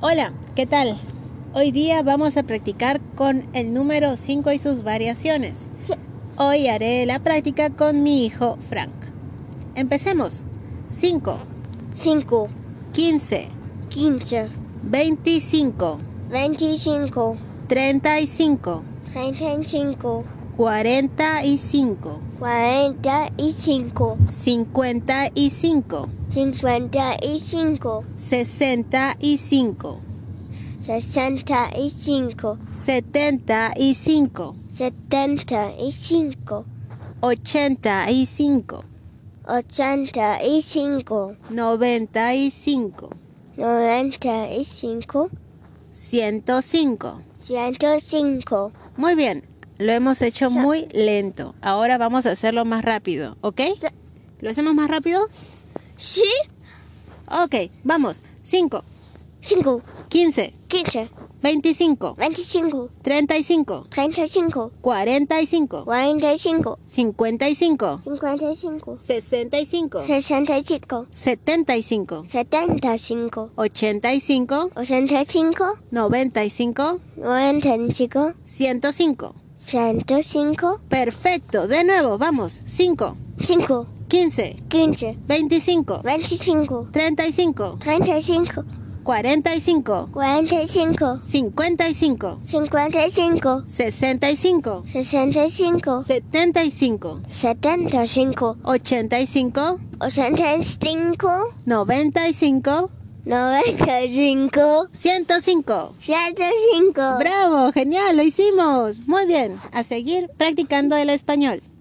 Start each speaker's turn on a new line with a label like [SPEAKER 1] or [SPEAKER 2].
[SPEAKER 1] Hola, ¿qué tal? Hoy día vamos a practicar con el número 5 y sus variaciones.
[SPEAKER 2] Sí.
[SPEAKER 1] Hoy haré la práctica con mi hijo Frank. Empecemos. 5,
[SPEAKER 2] 5,
[SPEAKER 1] 15,
[SPEAKER 2] 15,
[SPEAKER 1] 25,
[SPEAKER 2] 25,
[SPEAKER 1] 35,
[SPEAKER 2] 35,
[SPEAKER 1] 45,
[SPEAKER 2] 45,
[SPEAKER 1] 55, 65,
[SPEAKER 2] 55, 65,
[SPEAKER 1] 75,
[SPEAKER 2] 75,
[SPEAKER 1] 85,
[SPEAKER 2] 85,
[SPEAKER 1] 95,
[SPEAKER 2] 95,
[SPEAKER 1] 105.
[SPEAKER 2] 105.
[SPEAKER 1] Muy bien, lo hemos hecho
[SPEAKER 2] Ya.
[SPEAKER 1] muy lento. Ahora vamos a hacerlo más rápido, ¿ok?
[SPEAKER 2] Ya.
[SPEAKER 1] ¿Lo hacemos más rápido?
[SPEAKER 2] Sí,
[SPEAKER 1] Ok, vamos. 5,
[SPEAKER 2] 5,
[SPEAKER 1] 15,
[SPEAKER 2] 15,
[SPEAKER 1] 25,
[SPEAKER 2] 25,
[SPEAKER 1] 35,
[SPEAKER 2] 35,
[SPEAKER 1] 45,
[SPEAKER 2] 45,
[SPEAKER 1] 55,
[SPEAKER 2] 55,
[SPEAKER 1] 65,
[SPEAKER 2] 65,
[SPEAKER 1] 75,
[SPEAKER 2] 75,
[SPEAKER 1] 85,
[SPEAKER 2] 85,
[SPEAKER 1] 95,
[SPEAKER 2] 95,
[SPEAKER 1] 105.
[SPEAKER 2] 105,
[SPEAKER 1] Perfecto, de nuevo, vamos. 5,
[SPEAKER 2] 5,
[SPEAKER 1] 15,
[SPEAKER 2] 15,
[SPEAKER 1] 25,
[SPEAKER 2] 25,
[SPEAKER 1] 35,
[SPEAKER 2] 35,
[SPEAKER 1] 45,
[SPEAKER 2] 45,
[SPEAKER 1] 55.
[SPEAKER 2] 55,
[SPEAKER 1] 65,
[SPEAKER 2] 65,
[SPEAKER 1] 75,
[SPEAKER 2] 75,
[SPEAKER 1] 85,
[SPEAKER 2] 85,
[SPEAKER 1] 95,
[SPEAKER 2] 95,
[SPEAKER 1] 105.
[SPEAKER 2] 105. Oh.
[SPEAKER 1] ¡Bravo! ¡Genial! ¡Lo hicimos! Muy bien. A seguir practicando el español.